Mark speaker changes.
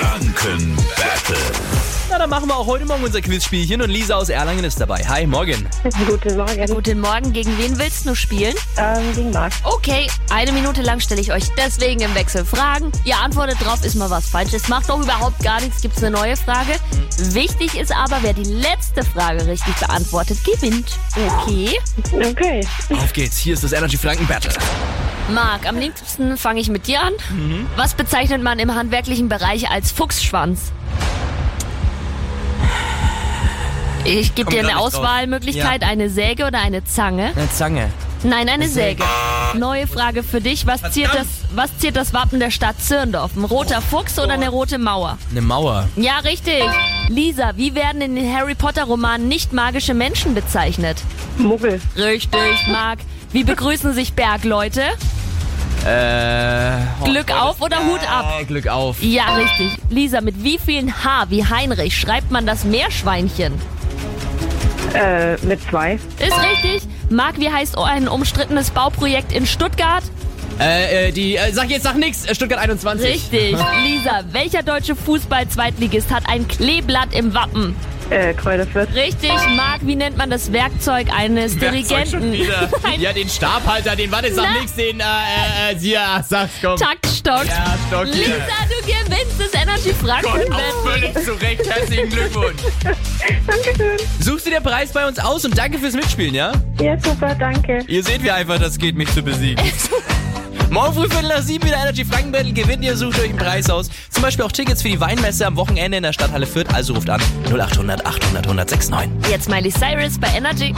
Speaker 1: Franken Battle.
Speaker 2: Na, dann machen wir auch heute Morgen unser Quizspielchen und Lisa aus Erlangen ist dabei. Hi, morgen.
Speaker 3: Guten Morgen.
Speaker 4: Guten Morgen, gegen wen willst du spielen?
Speaker 3: Ähm, gegen Marc.
Speaker 4: Okay, eine Minute lang stelle ich euch deswegen im Wechsel Fragen. Ihr antwortet drauf, ist mal was Falsches. Macht doch überhaupt gar nichts, gibt's eine neue Frage.
Speaker 2: Mhm.
Speaker 4: Wichtig ist aber, wer die letzte Frage richtig beantwortet, gewinnt. Okay.
Speaker 3: Okay.
Speaker 2: Auf geht's, hier ist das Energy Franken Battle.
Speaker 4: Marc, am liebsten fange ich mit dir an.
Speaker 2: Mhm.
Speaker 4: Was bezeichnet man im handwerklichen Bereich als Fuchsschwanz? Ich gebe
Speaker 2: Komm
Speaker 4: dir
Speaker 2: grad
Speaker 4: eine
Speaker 2: nicht drauf.
Speaker 4: Auswahlmöglichkeit,
Speaker 2: Ja.
Speaker 4: eine Säge oder eine Zange.
Speaker 2: Eine Zange.
Speaker 4: Nein, eine
Speaker 2: Säge.
Speaker 4: Säge. Neue Frage für dich. Was ziert, das,
Speaker 2: Verdammt.
Speaker 4: was ziert das Wappen der Stadt Zirndorf? Ein roter Fuchs oder eine rote Mauer?
Speaker 2: Eine Mauer.
Speaker 4: Ja, richtig. Lisa, wie werden in den Harry Potter-Romanen nicht magische Menschen bezeichnet?
Speaker 3: Muggel.
Speaker 4: Richtig, Marc. Wie begrüßen sich Bergleute?
Speaker 2: Äh.
Speaker 4: Glück auf oder Hut ab?
Speaker 2: Äh, Glück auf.
Speaker 4: Ja, richtig. Lisa, mit wie vielen H wie Heinrich schreibt man das Meerschweinchen?
Speaker 3: Äh, mit zwei.
Speaker 4: Ist richtig. Marc, wie heißt ein umstrittenes Bauprojekt in Stuttgart?
Speaker 2: Äh, äh, die. Äh, sag jetzt, sag nix. Äh, Stuttgart 21.
Speaker 4: Richtig. Lisa, welcher deutsche Fußball-Zweitligist hat ein Kleeblatt im Wappen?
Speaker 3: Äh, Kräuterfürth.
Speaker 4: Richtig, Marc, wie nennt man das Werkzeug eines
Speaker 2: Werkzeug schon
Speaker 4: Dirigenten?
Speaker 2: wieder.
Speaker 4: Ein
Speaker 2: ja, den Stabhalter, den warte, sag
Speaker 4: Na.
Speaker 2: nix, den, äh, äh, äh, sie, ja, sag, komm.
Speaker 4: Taktstock.
Speaker 2: Ja, Stock.
Speaker 4: Lisa, du gewinnst das Energy
Speaker 2: Gott,
Speaker 4: Franken.
Speaker 2: auch völlig zurecht. Herzlichen Glückwunsch.
Speaker 3: Dankeschön.
Speaker 2: Suchst du den Preis bei uns aus und danke fürs Mitspielen, ja?
Speaker 3: Ja, super, danke.
Speaker 2: Ihr seht, wie einfach das geht, mich zu besiegen. Morgen früh Viertel nach sieben wieder Energy Franken Battle. Gewinnt ihr, sucht euch einen Preis aus. Zum Beispiel auch Tickets für die Weinmesse am Wochenende in der Stadthalle Fürth. Also ruft an 0800 800 1069.
Speaker 4: Jetzt Miley Cyrus bei Energy.